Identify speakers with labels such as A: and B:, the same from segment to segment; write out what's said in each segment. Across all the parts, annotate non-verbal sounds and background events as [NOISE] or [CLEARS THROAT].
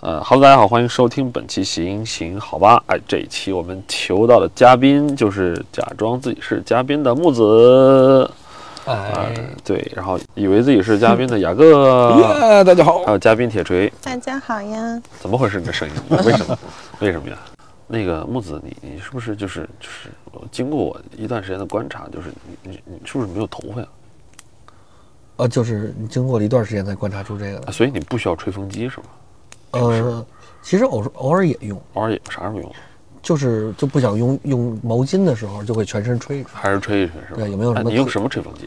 A: 呃哈喽，大家好，欢迎收听本期《行行好吧》。哎，这一期我们求到的嘉宾就是假装自己是嘉宾的木子，
B: 哎，
A: 对，然后以为自己是嘉宾的雅各，
B: 耶大家好
A: 还，有嘉宾铁锤。
C: 大家好呀，
A: 怎么回事？你的声音？
B: [LAUGHS]
A: 为什么？为什么呀？那个木子，你你是不是就是就是我经过我一段时间的观察，就是你你你是不是没有头发呀？
B: 呃，就是你经过了一段时间才观察出这个
A: 啊
B: 的。
A: 所以你不需要吹风机是吗？
B: 呃，其实偶偶尔也用，
A: 偶尔也啥时候用？
B: 就是就不想用用毛巾的时候，就会全身吹着。
A: 还是吹一吹是吧？
B: 对有没有什
A: 哎
B: 么
A: 你用
B: 特
A: 什么吹风机？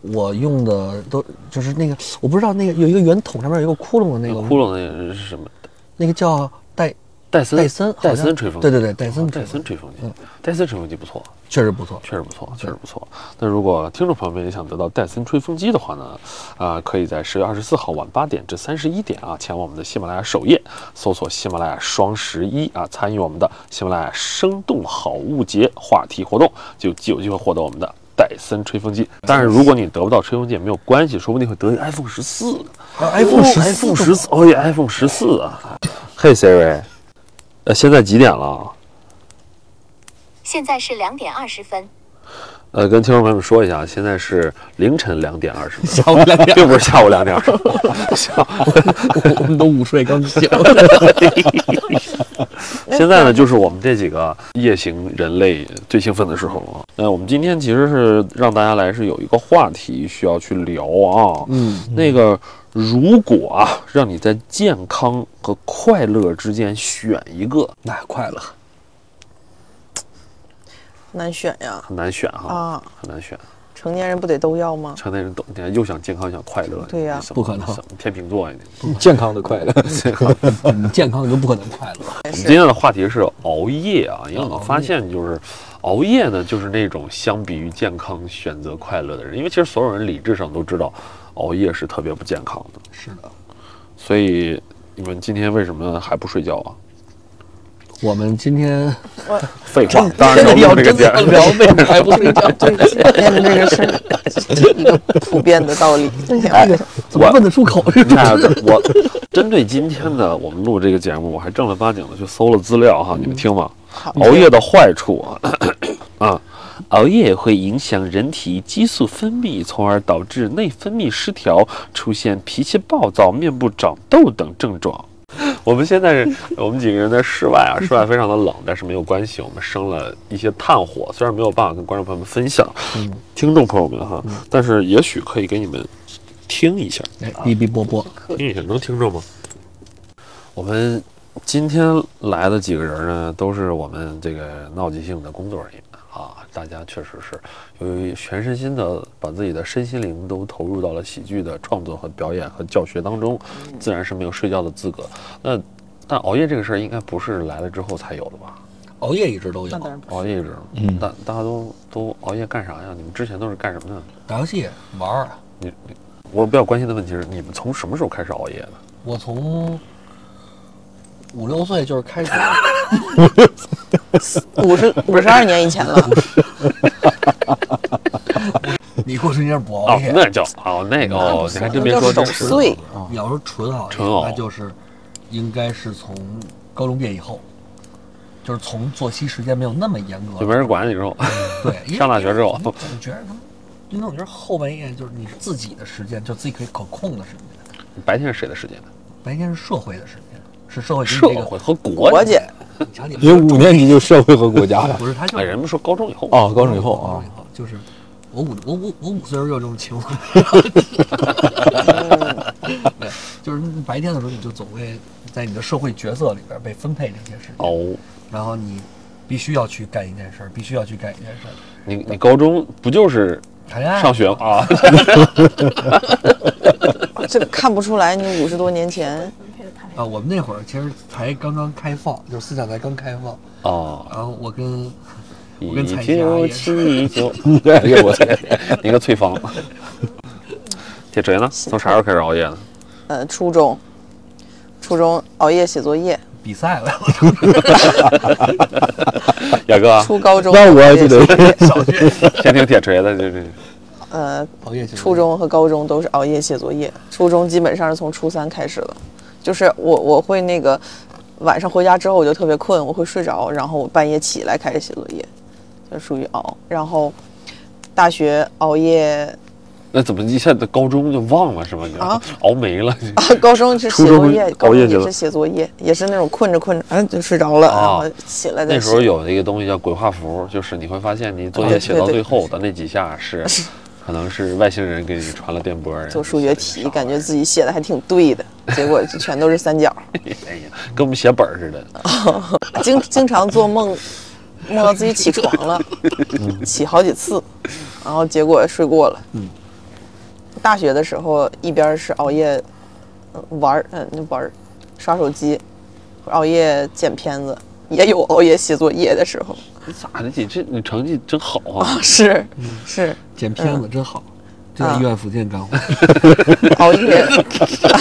B: 我用的都就是那个，我不知道那个有一个圆筒上面有一个窟窿的那
A: 那
B: 个，
A: 窟窿那个是什么？
B: 那个叫戴
A: 戴森，
B: 戴森好
A: 戴
B: 像
A: 森吹风
B: 对
A: 机，
B: 对对戴森
A: 啊
B: 吹嗯
A: 戴森吹风机，戴森吹风机不错，
B: 确实不错。
A: 确实不错，确实不错。
B: 嗯
A: 那如果听众朋友们也想得到戴森吹风机的话呢，啊、可以在十月二十四号晚八点至三十一点啊，前往我们的喜马拉雅首页搜索“喜马拉雅双十一”啊，参与我们的喜马拉雅生动好物节话题活动，就既有机会获得我们的。戴森吹风机，但是如果你得不到吹风机也没有关系，说不定会得一 iPhone 十四呢。
B: 啊 iPhone 十
A: 哎 iPhone 十四，哦耶，iPhone 十四啊！嘿、Siri，呃，现在几点了？
D: 现在是两点二十分。
A: 呃，跟听众朋友们说一下，现在是凌晨两点二十
B: [LAUGHS]
A: 分，
B: 下午两点，
A: 并不是下午两点二
B: [LAUGHS]
A: 十分。
B: 我们都午睡刚 [LAUGHS] 醒。
A: 现在呢，就是我们这几个夜行人类最兴奋的时候了。那我们今天其实是让大家来是有一个话题需要去聊啊，
B: 嗯，
A: 那个如果啊，让你在健康和快乐之间选一个，
B: 那快乐。
C: 难选呀
A: 很难选哈、
C: 啊！
A: 很难选。
C: 成年人不得都
A: [LAUGHS]
C: 要吗？
A: 成年人懂，你看又想健康又想快乐，
C: 对呀
A: 你什么
B: 不可能
A: 什么天秤座呀你。
E: 健康的
B: [LAUGHS]
E: 快乐。
B: 你嗯健康就不可能快乐。
C: 也
A: 我们
C: 是
A: 今天的话题是熬夜啊，因为我发现就是熬夜呢，就是那种相比于健康选择快乐的人，因为其实所有人理智上都知道熬夜是特别不健康的，
B: 是的，
A: 所以你们今天为什么还不睡觉啊？
B: 我们今天
A: 废话，当然
B: 要
A: 聊这个
B: 真的
A: 健
B: 要
A: [LAUGHS]
B: 聊，为什么还不睡 [LAUGHS] 觉？这个
C: 这个是一个普遍的道理。
B: 这个怎么问得出口？这
A: 你看，我针对今天的我们录这个节目，我还正儿八经的去搜了资料哈，你们听吧。
C: 好
A: 熬夜的坏处啊，啊， [CLEARS THROAT] 熬夜会影响人体激素分泌，从而导致内分泌失调，出现脾气暴躁、面部长痘等症状。我们现在是我们几个人在室外啊，室 [LAUGHS] 外非常的冷，但是没有关系，我们生了一些炭火，虽然没有办法跟观众朋友们分享，听众朋友们哈，但是也许可以给你们听一下。
B: 哎哔哔啵啵，
A: 你能听着吗？我们今天来的几个人呢，都是我们这个闹即兴的工作人员啊。大家确实是由于全身心的把自己的身心灵都投入到了喜剧的创作和表演和教学当中，自然是没有睡觉的资格。那但熬夜这个事儿，应该不是来了之后才有的吧？
B: 熬夜一直都
C: 那当
B: 有，
C: 然不
A: 熬夜一直，
E: 嗯
A: 大大家都都熬夜干啥呀？你们之前都是干什么呢？
B: 打游戏玩儿啊。
A: 你你，我比较关心的问题是，你们从什么时候开始熬夜的？
B: 我从五六岁就是开
A: [LAUGHS]
B: 始，
C: 是五十五十二年以前
E: [LAUGHS]
C: 了，
B: 你过瞬间不熬
A: 哦
B: 夜，。
A: 那叫哦，那个
B: 哎那不
A: 哦，你
B: 算
A: 还真
C: 那
A: 别
C: 叫
A: 说，
C: 守
A: 真是的
C: 岁。
B: 你要说纯熬夜，
A: 纯熬
B: 那就是应该是从高中毕业以后，就是从作息时间没有那么严格
A: 就没
B: 了。
A: 人管你之后， [LAUGHS]
B: 对，嗯因为
A: 上大学之后
B: 你总觉得他们运动觉得后半夜就是你自己的时间，就自己可以可控的时间，
A: [LAUGHS] 白天是谁的时间？
B: 白天是社会的时间，是社会给你
A: 社
B: 这个
A: 会和
C: 国
A: 国
C: 姐
A: 家。，
B: 你瞧你
E: 因为五年级就社会和国家
C: [LAUGHS]
E: 了。
B: 不是他就
A: 哎，
B: 是
A: 人们说高中以后，
E: 哦，高中以后
B: 高中
E: 啊
B: 以，后就是我五我五我五岁时候就有这种情
E: [LAUGHS]
B: 况，对，就是白天的时候你就总会在你的社会角色里边被分配这些事情，
A: 哦，
B: 然后你必须要去干一件事儿，必须要去干一件事儿，
A: 你你高中不就是
B: 谈恋爱
A: 上学吗啊？
C: 这看不出来你五十多年前
B: 啊，我们那会儿其实才刚刚开放，就是思想才刚开放，
A: 哦，
B: 然后我跟我跟
A: 一
B: 彩霞
A: 九
B: 也是
A: 七九， [LAUGHS] 给我你个翠芳。铁锤呢？从啥时候开始熬夜呢？
C: 呃初中，初中熬夜写作业，
B: 比赛 [LAUGHS] 了，
A: 雅哥，
C: 初高中
E: [LAUGHS] 啊那我
C: 熬夜
E: 还记得
C: 写作业
B: 小学
A: [LAUGHS] 先听铁锤的，这这
C: 呃
B: 熬夜写作业
C: 初中和高中都是熬夜写作业，初中基本上是从初三开始的，就是我我会那个晚上回家之后我就特别困，我会睡着，然后我半夜起来开始写作业，就属于熬。然后大学熬夜
A: 那怎么一下子高中就忘了是吧？你
C: 啊
A: 熬没了
C: 啊，高中是
A: 初
C: 写作
A: 中
C: 业，
A: 熬
C: 高中
A: 夜去
C: 也
A: 了
C: 是写作业，也是那种困着困着，哎就睡着了，然
A: 啊
C: 后起来再
A: 那
C: 写。
A: 时候有一个东西叫鬼画符，就是你会发现你作
C: 啊对
A: 业写到最
C: 对对
A: 后的那几下
C: [LAUGHS]
A: 是，可能是外星人给你传了电波儿，
C: 做数学
A: 写的
C: 题，
A: 那啥
C: 感觉自己写的还挺对的，结果就全都是三角。
A: 哎呀，跟我们写本儿似的。
C: [LAUGHS] 经经常做梦，梦到自己起床了，起好几次，然后结果睡过了。嗯，大学的时候一边是熬夜呃玩儿，嗯、玩儿，刷手机，熬夜剪片子，也有熬夜写作业的时候。
A: 咋的？你这你成绩真好啊！
C: 是是，
B: 剪片
C: 嗯
B: 子真好，就在医院附近干活，
C: 啊 [LAUGHS] 熬夜
B: [LAUGHS]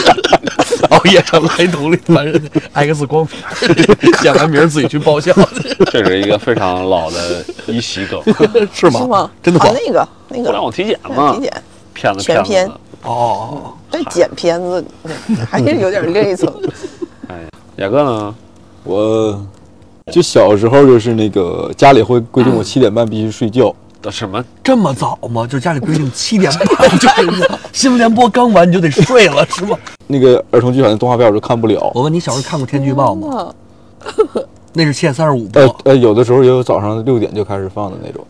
B: 熬夜成垃圾桶里把人 X 光片儿， [LAUGHS] 剪完名儿自己去报销。
A: 这是一个非常老的一席梗，
C: [LAUGHS] 是
E: 是
C: 吗？
E: 真的
C: 啊
E: 吗？，
C: 那个那
A: 互联
C: 个
A: 网体
C: [LAUGHS]
A: 检
C: 那
A: 嘛
C: 个体，检。
A: 骗子骗
C: 全
A: 子
C: 篇
A: 的。
B: 哦，
C: 这剪片子还是有点
E: [LAUGHS]
C: 另一层。
A: 哎呀，雅哥呢？
E: [LAUGHS] 我就小时候就是那个家里会规定我七点半必须睡觉，
A: 都呃什么？
B: 这么早吗？就家里规定七点
C: [LAUGHS]
B: 半就是新闻联播刚完你就得睡了是吗？
E: 那个儿童剧场的动画片我都看不了。
C: 哦
B: 我问你小时候看过《天气预报》吗？
C: 啊，
B: 那是七点三十五播
E: 呃，呃，有的时候也有早上六点就开始放的那种，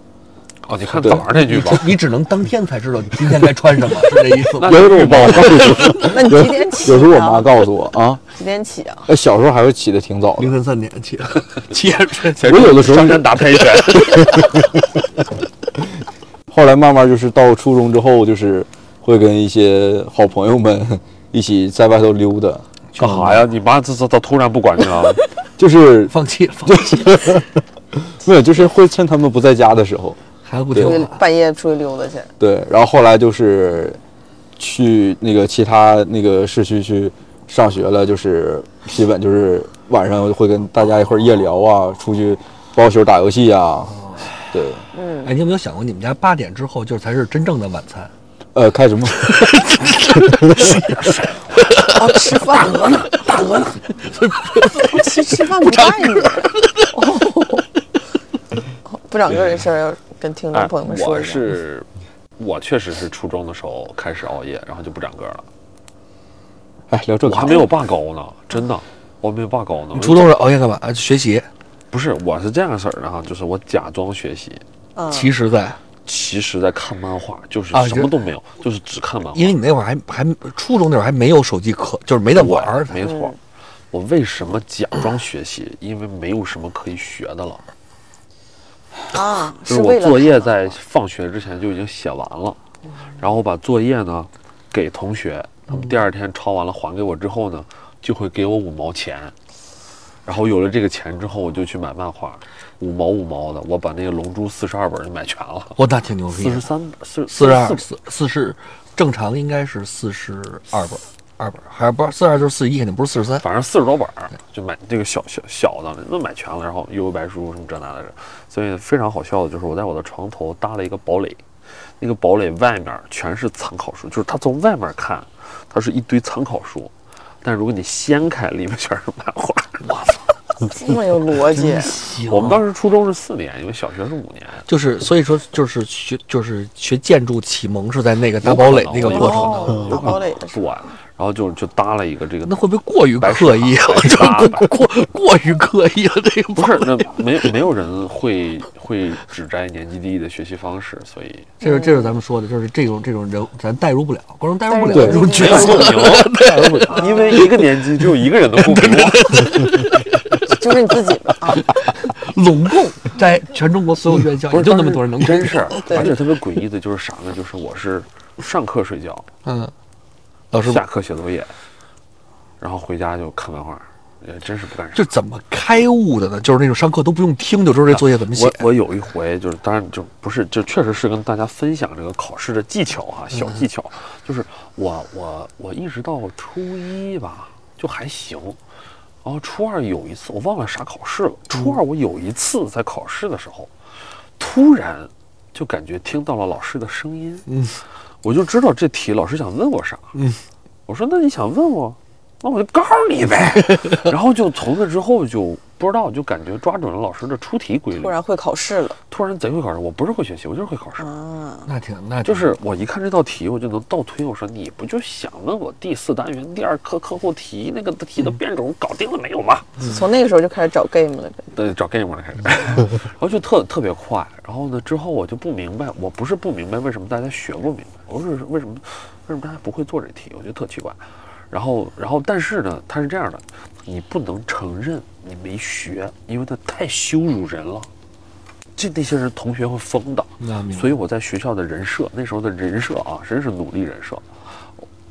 A: 哦，你看
E: 对
A: 早上那句
B: 你
A: 吧
B: 只，你只能当天才知道你今天该穿什么，是这意思吗？
E: 有时候我妈告诉我，
C: 那你
E: 有
C: 几点起啊？
E: 有时候我妈告诉我啊，
C: 几点起啊？
E: 呃，小时候还会起得挺早
B: 凌
E: 的，
B: 晨三点起，七点睡。
E: [LAUGHS] 我有的时候
A: 上山打太
E: [LAUGHS]
A: 拳。
E: 后来慢慢就是到初中之后，就是会跟一些好朋友们 [LAUGHS] 一起在外头溜达，
A: 干啥呀？你妈这这咋突然不管你了？
E: 就是
B: 放弃了，放弃了，
E: 没有，就是会趁他们不在家的时候，
B: 还不听
C: 出去
B: 话。
C: 半夜出去溜达去。
E: 对，然后后来就是去那个其他那个市区去上学了，就是基本就是晚上会跟大家一块儿夜聊啊，出去包宿打游戏
A: 哦
E: 啊，对，
B: 哎，你有没有想过，你们家八点之后就才是真正的晚餐？
E: 呃，开
A: [LAUGHS]
E: 什么？
C: 哦，吃饭大鹅呢？大鹅呢？
A: [LAUGHS]
C: 吃吃饭不带你。哦，不长个儿这事儿要跟听众
A: 哎，
C: 朋友们说
A: 我
C: 一下。
A: 是，我确实是初中的时候开始熬夜，然后就不长个儿了。
E: 哎，聊这
A: 我
E: 个
A: 还没有爸高呢，真的，我没有爸高呢。
B: 你初中是哦熬夜干嘛？呃学习。
A: 不是，我是这样式儿的哈，就是我假装学习，
C: 嗯，
B: 其实在，
A: 其实在看漫画，就是
B: 啊
A: 什
B: 就
A: 么都没有，就是只看漫画。
B: 因为你那会儿还还初中那会儿还没有手机可，就是没得
A: 我
B: 玩儿。
A: 没错。我为什么假装学习？因为没有什么可以学的了，
C: 啊，
A: 就是是我
C: 为了嗯
A: 作业在放学之前就已经写完了，然后我把作业呢给同学，他们第二天抄完了还给我之后呢，就会给我五毛钱。然后有了这个钱之后，我就去买漫画，五毛五毛的，我把那个《龙珠》四十二本就买全了，
B: 我那挺牛逼
A: 四
B: 的
A: 十，三四
B: 四十二
A: 四
B: 四四十，正常应该是四十二本，二本还不四十二就是四十一，肯定不是四十三。
A: 反正四十多本儿就买这个小小小的，那买全了，然后悠悠白书什么这那的，所以非常好笑的就是我在我的床头搭了一个堡垒，那个堡垒外面全是参考书，就是它从外面看，它是一堆参考书，但如果你掀开，里面 [LAUGHS] 全是漫画。
C: 这么有逻辑，
B: 行啊
A: 我们当时初中是四年，因为小学是五年，
B: 就是所以说就是学就是学建筑启蒙是在那个大堡垒那个过程当中。
C: 哦，打堡垒的事
A: 对，然后就就搭了一个这个
B: 那会不会过于
A: 白
B: 刻
A: 痴啊
B: 意了？
A: 白
B: 就
A: 痴
B: 是
A: 啊白
B: [LAUGHS] 过过过于刻意了，这个
A: 不是，那没有没有人会会指摘年级第一的学习方式，所以
B: 这是这
A: 哦
B: 是咱们说的，就是这种这种人咱代入不了，观众代入不了
C: 代入
B: 这种
C: 不
B: 角
A: 没有
B: 色。
A: 共鸣，因为一个年级只有一个人的共鸣。
C: 就是你自己吧啊，
B: 拢共在全中国所有院校，
A: [LAUGHS] 不
B: 也
A: 是
B: 就那么多人能
A: 真是，
C: 对
A: 而且特别诡异的就是啥呢？就是我是上课睡觉， [LAUGHS]
B: 嗯，老师
A: 下课写作业，然后回家就看漫画，也真是不干啥。
B: 就怎么开悟的呢？就是那种上课都不用听就知道这作业怎么写
A: 我。我有一回就是，当然就不是，就确实是跟大家分享这个考试的技巧哈、小技巧。就是我我我一直到初一吧，就还行。然后初二有一次我忘了啥考试了，初二我有一次在考试的时候，突然就感觉听到了老师的声音，
B: 嗯，
A: 我就知道这题老师想问我啥，
B: 嗯，
A: 我说那你想问我，那我就告你呗。 [LAUGHS] 然后就从那之后就不知道，就感觉抓准了老师的出题规律
C: 突，然会考试了
A: 突然贼会考试。我不是会学习，我就是会考试。
C: 啊！
B: 那挺那挺
A: 就是我一看这道题，我就能倒推。我说你不就想问我第四单元第二课课后题那个题的变种搞定了没有吗？
B: 嗯
C: 从那个时候就开始找 game 了呗，
A: 对，找 game 了开始，然后就特特别快。然后呢，之后我就不明白，我不是不明白为什么大家学不明白，我是为什么为什么大家不会做这题，我觉得特奇怪。然后，然后，但是呢，它是这样的，你不能承认你没学，因为它太羞辱人了。这那些人同学会疯的，
B: 那明白
A: 所以我在学校的人设，那时候的人设啊，真是努力人设。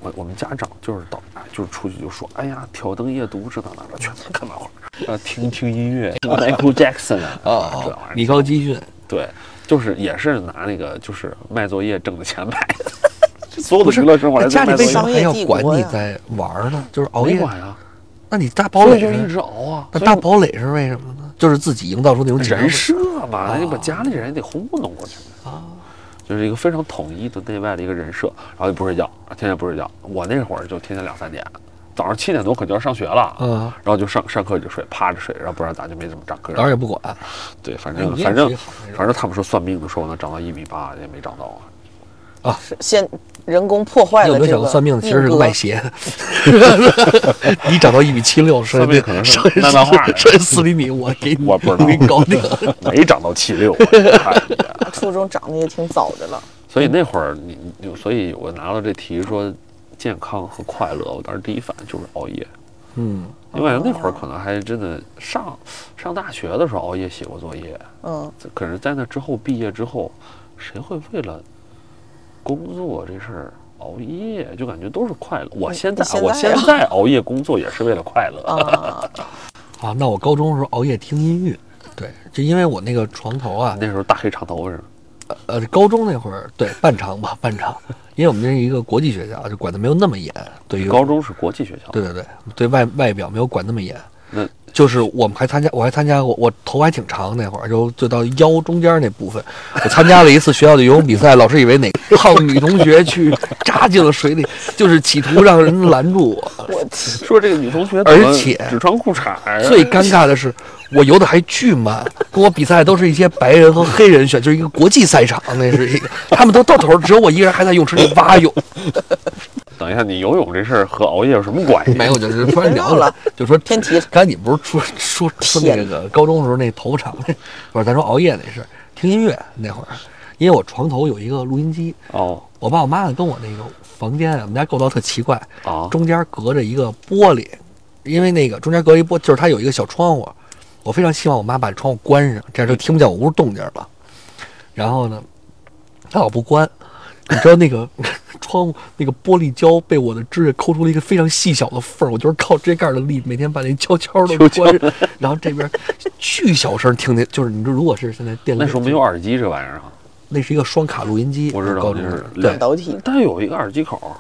A: 我我们家长就是到哎，就是出去就说，哎呀，挑灯夜读是哪哪哪，全都
B: [LAUGHS]
A: 看漫画，啊，听一听音乐，Michael Jackson [LAUGHS] 啊，
B: 啊
A: 这玩意儿，
B: 米高基逊，
A: 对，就是也是拿那个就是卖作业挣的钱买的，所有的娱 [LAUGHS] 乐生活来
B: 那
A: 自
B: 家里
A: 卖
B: 为
A: 作
B: 什
A: 业，
B: 么还要管你在玩儿呢？就是熬
A: 没
B: 夜，
A: 管啊，
B: 那你大堡
A: 所
B: 垒
A: 以就一
B: 是
A: 直熬啊，
B: 那
A: 所
B: 大
A: 以
B: 堡垒是为什么呢？就是自己营造出那种紧张
A: 人
B: 感
A: 设嘛，你把家里人也得糊弄过去啊，就是一个非常统一的内外的一个人设，然后也不睡觉，天天不睡觉。我那会儿就天天两三点，早上七点多可就要上学了，
B: 嗯
A: 然后就上上课就睡，趴着睡，然后不知道咋就没怎么长个
B: 老师
A: 儿。
B: 也不管，
A: 对，反
B: 哎
A: 正
B: 你也
A: 反正
B: 挺好那种
A: 反正他们说算命的说我能长到一米八，也没长到啊。
C: 是先人工破坏
B: 你有
C: 了
B: 没有
C: 这
B: 想
C: 个
B: 过算命其实是个
C: 命格
B: 卖鞋的？ [LAUGHS] 你长到一米七六，摔
A: 算命可能是
B: 摔
A: 卖漫
B: [LAUGHS]
A: 画的
B: 摔四厘米，我给你，
A: 我不知道
B: 给你搞
A: [LAUGHS]
B: 定。
A: 没长到七六，我的妈呀
C: 初中长得也挺早的了，
A: 所以那会儿你你，所以我拿到这题说健康和快乐，我当时第一反应就是熬夜。
B: 嗯，
A: 因为那会儿可能还真的上上大学的时候熬夜写过作业，
C: 嗯，
A: 可是在那之后毕业之后，谁会为了工作这事儿熬夜？就感觉都是快乐。我现在
C: 现在
A: 我现
C: 啊
A: 在熬夜工作也是为了快乐。
C: 啊，
B: 啊，那我高中的时候熬夜听音乐，对，就因为我那个床头啊，
A: 那时候大黑长头发是吗？
B: 呃，高中那会儿，对，半长吧，半长，因为我们这是一个国际学校，就管的没有那么严，对于
A: 高，中是国际学校，
B: 对对对，对外外表没有管那么严。
A: 那
B: 就是我们还参加，我还参加过，我头还挺长那会儿，就就到腰中间那部分，我参加了一次学校的游泳比赛，老师以为哪个胖女同学去扎进了水里，就是企图让人拦住我。
C: 我天，
A: 说这个女同学
B: 而且
A: 怎么只穿裤衩儿，啊
B: [LAUGHS] 最尴尬的是，我游的还巨慢，跟我比赛都是一些白人和黑人选，就是一个国际赛场，那是一个，他们都到头，只有我一个人还在泳池里蛙泳。
A: 等一下，你游泳这事儿和熬夜有什么关系？
B: [LAUGHS] 没有，就是突然聊了，就说
C: 偏
B: [LAUGHS]
C: 题了
B: 刚才你不是说说说那个高中时候那头场， [LAUGHS] 不是咱说熬夜那事儿，听音乐那会儿，因为我床头有一个录音机，
A: 哦
B: 我爸我妈呢跟我那个房间啊，我们家构造特奇怪，
A: 啊，
B: 中间隔着一个玻璃，因为那个中间隔一玻，就是它有一个小窗户，我非常希望我妈把窗户关上，这样就听不见我屋动静了。然后呢，她老不关，你知道那个 [LAUGHS] 窗户那个玻璃胶被我的指甲抠出了一个非常细小的缝儿，我就是靠指甲盖儿的力，每天把那悄悄的关上，然后这边巨小声听见，就是你说如果是现在电
A: 那时候没有
B: 有，
A: 耳机这玩意儿啊，
B: 那是一个双卡录音机，
A: 我知道
B: 高
A: 那
B: 中
A: 是
B: 时对
A: 两，
C: 导体
A: 但有一个耳机口儿。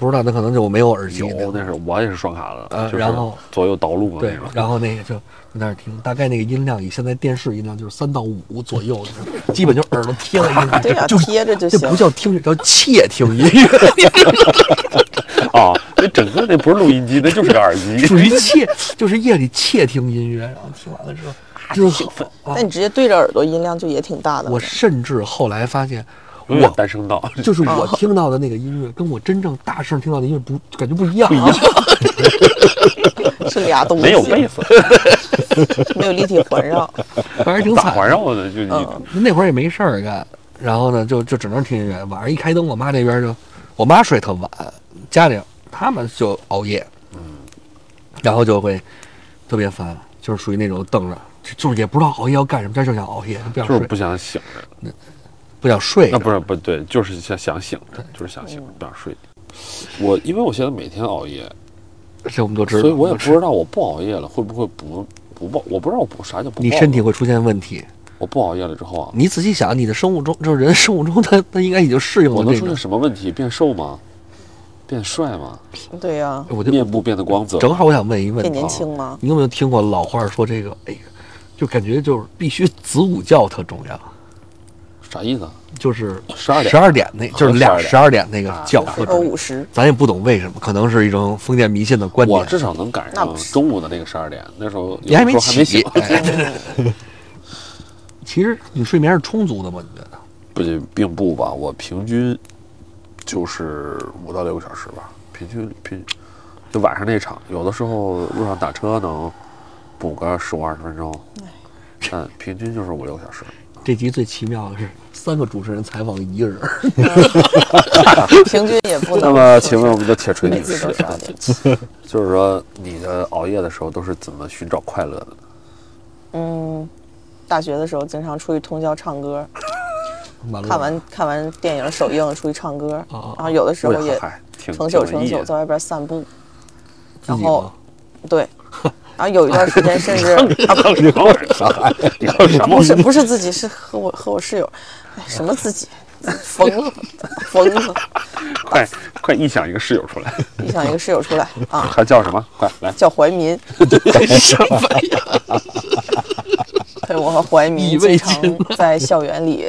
B: 不知道那可能就我没有耳机，
A: 有，那是我也是双卡的，
B: 呃
A: 就是
B: 然后
A: 左右导路嘛
B: 对
A: 那，种。
B: 然后那个就在那儿听，大概那个音量以现在电视音量就是三到五左右，就是基本就耳朵贴了音
C: [LAUGHS] 对呀
B: 乐，就
C: 贴着就
B: 这
C: 行
B: 不叫听，叫窃听音
C: [LAUGHS]
B: 乐，
A: 啊，那整个那不是录音机，那就是个
B: [LAUGHS]
A: 耳机。
B: 属于窃，就是夜里窃听音乐，然后听完了之后真好啊
C: 但！你直接对着耳朵音量就也挺大的了。
B: 我甚至后来发现，
A: 永远
B: 我
A: 单声道，
B: 就是我
C: 哦
B: 听到的那个音乐，跟我真正大声听到的音乐不感觉不一样啊，
C: 是俩东西，
A: 没有贝斯，
C: [LAUGHS] 没有立体环绕，
B: [LAUGHS] 反正挺
A: 咋
B: 惨
A: 环。绕的？就你
C: 嗯
B: 那会儿也没事儿干，然后呢，就就只能听音乐。晚上一开灯，我妈这边就，我妈睡特晚，家里他们就熬夜，嗯，然后就会特别烦，就是属于那种瞪着，就就是也不知道熬夜要干什么，但是就想熬夜，不想
A: 就是
B: 睡，
A: 不想醒着，
B: 不想睡
A: 那。不是不对，就是想想醒着，就是想醒着，不想睡。我因为我现在每天熬夜，
B: 这我们都知道，
A: 所以我也不知道我不熬夜了会不会不不暴，我不知道我不啥叫不暴。
B: 你身体会出现问题。
A: 我不熬夜了之后啊，
B: 你仔细想，你的生物钟就是人生物钟，它它应该已经适应
A: 我
B: 了
A: 能
B: 这
A: 出现
B: 个。
A: 什么问题？变瘦吗？变帅吗？
C: 对呀、
A: [LAUGHS]
B: 我就
A: 面部变得光泽？
B: 正好我想问一问
C: 变
B: 你
C: 年，轻吗？
B: 你有没有听过老话说这个？哎呀，就感觉就是必须子午觉特重要。
A: 啥意思啊？
B: 就是
A: 12点
B: 十二点那，就是俩
A: 12
B: 十二点那个
A: 啊
B: 觉
A: 12
B: 或
A: 点
B: 者
C: 说五十，
B: 咱也不懂为什么，可能是一种封建迷信的观
A: 我
B: 点。
A: 至少能赶
C: 那
A: 上
C: 不是
A: 中午的那个十二点，那时候有
B: 你还
A: 的时候还
B: 起
A: 没醒，， [LAUGHS]
B: 哎对对对其实你睡眠是充足的吗？你觉得？
A: 不仅并不吧，我平均就是五到六个小时吧，平均平就晚上那场，有的时候路上打车能补个十五二十分钟，
C: 哎
A: 但平均就是五六个小时。
B: 这集最奇妙的是三个主持人采访一个人，
C: 平均也不
A: 那
C: 能。
A: 么，请问我
C: [LAUGHS]
A: 们的铁锤
C: 每
A: 女
C: 次
A: 士
C: 都是
A: 啊
C: 八，
A: [LAUGHS]
C: 点。
A: 就是说你的熬夜的时候都是怎么寻找快乐的呢？
C: 嗯，大学的时候经常出去通宵唱歌，
B: 马路
C: 看
A: 嗯
C: 完看完电影首映出去唱歌，
B: 啊啊
C: 然后有的时候
A: 哦为
C: 也
A: 何哎还挺
C: 成宿
A: 挺有
C: 成
A: 意义
C: 宿
A: 的
C: 在外边散步，
B: 自
C: 然
B: 己
C: 后
B: 吗 [LAUGHS]
A: [LAUGHS]
C: 对，然后有一段时间甚至啊 [LAUGHS] 不
A: 你告诉啥？ [LAUGHS] 你告诉什
C: 不是不是自己，是和我和我室友，哎，什么自
A: [LAUGHS]
C: 己，疯了疯了，
A: 快 [LAUGHS] 快臆想一个室友出来，
C: 一想一个室
B: [LAUGHS]
C: 友出来啊，
A: 他叫什么？快来！
C: 叫怀民，对，我和怀
B: 意
C: 民
B: 味
C: 经
B: 深
C: 常在校
B: [LAUGHS]
C: 园里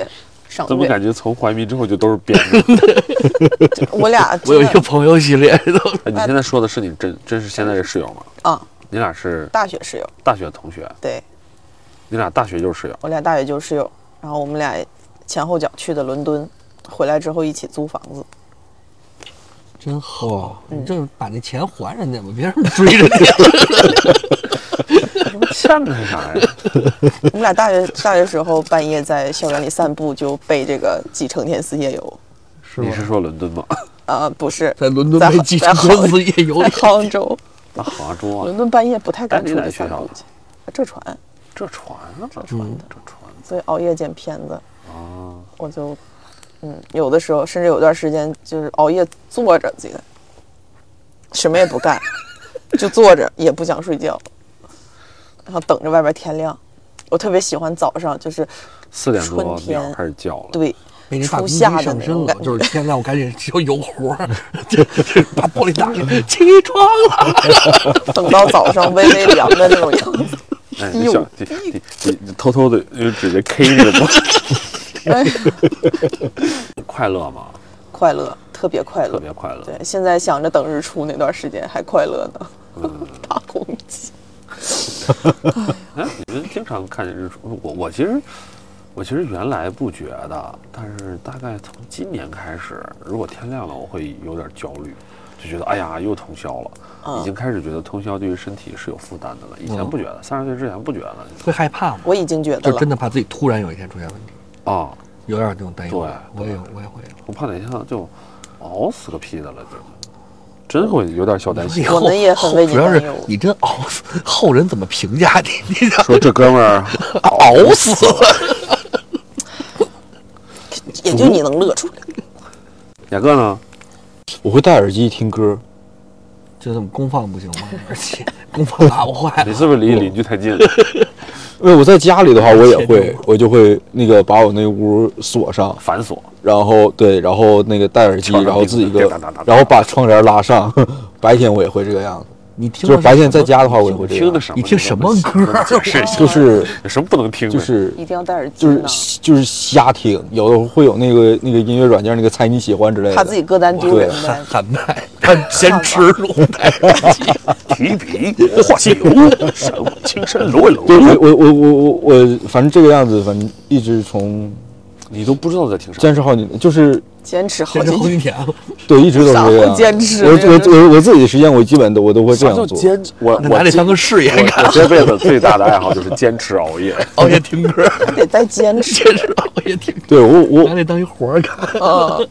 C: 赏
A: 怎么
C: 月，
A: 感觉从怀民之后就都是编 [LAUGHS] 的？
C: 我俩真
B: 我有一
C: 的
B: 个朋友系列都是
A: 哎你现在说的是你真真是现在这室友吗？
C: 啊，
A: 你俩是
C: 大学室友，
A: 大学同学，
C: 对
A: 你俩大学就是室友。
C: 我俩大学就是室友，然后我们俩前后脚去的伦敦，回来之后一起租房子，
B: [LAUGHS] 真好，
C: 嗯
B: 你这把那钱还人家吧，别让人追着
C: [LAUGHS]
B: 你。
A: 欠的是啥呀？ [LAUGHS]
C: 我们俩大学大学时候半夜在校园里散步就被这个挤成天四夜游，
B: 是
A: 你是说伦敦吗？
C: 啊，不是
B: 在伦敦
C: 在
B: 被
C: 杭
B: 挤
C: 在
B: 成
C: 杭
B: 公司夜游
C: 在，杭州。
A: [LAUGHS] 那杭州啊
C: 伦，敦半夜不太
A: 哎
C: 敢
A: 你
C: 出
A: 哪
C: 去
A: 学
C: 散
A: 校
C: 步
B: 啊
A: 的
C: 去，浙传，
A: 这船啊，这船，这船
C: 所以熬夜剪片子，
A: 啊，
C: 我就，嗯，有的时候甚至有段时间就是熬夜坐着，记得，什么也不干，就坐着也不想睡觉，然后等着外边天亮。我特别喜欢早上，就是
A: 四点多
C: 春天
A: 鸟开始叫了。
C: 对
B: 被那大
C: 初
B: 公鸡
C: 夏的
B: 上
C: 那
B: 身
C: 种
B: 了
C: 感，觉
B: 就是现在我赶紧就有活儿， [LAUGHS] 就就把玻璃打开，起床了。
C: 等到早上微微凉的那种样子，
A: 哎，你小你你你你偷偷的用指甲 K 着 [LAUGHS] 我。哎 [LAUGHS] 快乐吗？
C: 快乐，特别快
A: 特
C: 乐。
A: 别快乐。
C: 对，现在想着等日出那段时间还快乐呢， [LAUGHS] 大公鸡。
A: 哎，你们经常看见日出？我我其实我其实原来不觉得，但是大概从今年开始，如果天亮了，我会有点焦虑，就觉得哎呀又通宵了，
C: 嗯
A: 已经开始觉得通宵对于身体是有负担的了。以前
B: 嗯
A: 不觉得，三十岁之前不觉得
B: 会害怕吗？
C: 我已经觉得
B: 就
C: 了
B: 真，的怕自己突然有一天出现问题，
A: 啊，
B: 有点这种担忧
A: 对。
B: 我也有，我也会有。
A: 我怕哪天就熬死个屁的了，真真会有点
B: [LAUGHS]
A: 小担心。
B: 后
C: [LAUGHS] 我们也很为你
B: 主要是
C: 担忧
B: 你真熬死，后人怎么评价你？ [LAUGHS] 你这
A: 说这哥们儿
B: 熬死了，
C: 也就你能乐出来。
A: 雅各呢？
E: 我会戴耳机听歌，
B: 就这么公放不行吗？ [LAUGHS] 而且公放打不坏
A: 你，是不是离邻居太近了？
E: 因为我在家里的话，我也会，我就会那个把我那屋锁上，
A: 繁琐，
E: 然后对，然后那个戴耳机，
A: 敲着
E: 然后自己一
A: 钉子
E: 个
A: 哒哒哒哒，
E: 然后把窗帘拉上。 [LAUGHS] 白天我也会这个样子，
B: [LAUGHS] 你听
E: 就
B: 的
E: 是白天
B: 什
E: 在
B: 么
E: 家的话，我也会这
A: 听的
E: 样。
A: 什么？
B: 你听什么歌儿啊
A: [LAUGHS] 解释一下
E: 就是
A: 有什么不能听的？
E: 就是
C: 一定要戴耳机
E: 就
C: 呢。
E: 是就是瞎听，有的会有那个那个音乐软件那个猜你喜欢之类的。
C: 怕自己歌单丢人呗
B: 喊。 [LAUGHS] 喊麦，他先吃龙带
A: 提笔画西游，神武青山罗一
E: 对
A: 龙。
E: 我我我我我我，反正这个样子，反正一直从
A: 你都不知道在听啥，
E: 三十号年就是
C: 坚持好
B: 这
C: 几
B: 是好几
C: 年，
B: 年了。 [LAUGHS]
E: 对，一直都是
C: 啥
E: 这个样
C: 叫
E: 子。
C: 坚持
E: 我
C: 这是
E: 我我我自己实践，我基本都我都会这
A: 啥
E: 样
A: 叫
E: 做。
A: 坚持？我
B: 那
A: 我
B: 拿这
A: 这
B: 当个事业
A: 我
B: 干，
A: 我这辈子最大的爱好就是坚持熬夜。
B: 熬夜听歌， [LAUGHS]
C: 还得再坚持。
B: 这是熬夜听歌，
E: 对
B: [LAUGHS]
E: 我
B: 拿
E: 我
B: 这当一活儿干。
C: 嗯，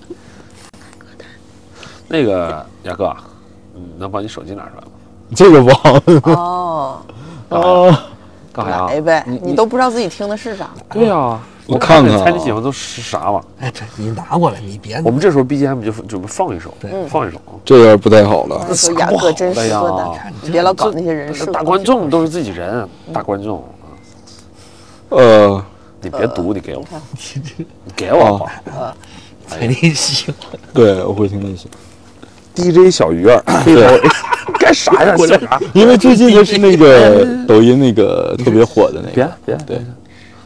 A: 那个雅哥，嗯，能把你手机拿出来吗？
E: 这个忘了
C: 哦，
E: 啊，
A: 干啥
C: 来
A: 呀？
C: 呗，哎你都不知道自己听的是啥，
A: 对呀，
E: 我看看啊
A: 猜你喜欢都是啥嘛？
B: 哎，对你拿过来，你 [LAUGHS] 别
A: 我们这时候 BGM 就准备放一首
B: 对，
C: 嗯
A: 放一首。
E: 这有点不太好了
C: 就。说雅各真实
A: 不
C: 歌
A: 好的呀
C: 单，你别老搞那些人设。
A: 大观众都是自己人，大观众，
E: 呃，
A: 你别读，你给我，
B: 你这
A: 你给我吧。
B: 踩那行，
E: 对，我会听那些。
A: DJ 小鱼儿，干啥 [LAUGHS] 呀？笑啥？
E: [CLEARS THROAT] 因为最近就是那个
C: [LAUGHS]
E: 抖音那个特别火的那
A: 别
E: 个，
A: 别
E: 对，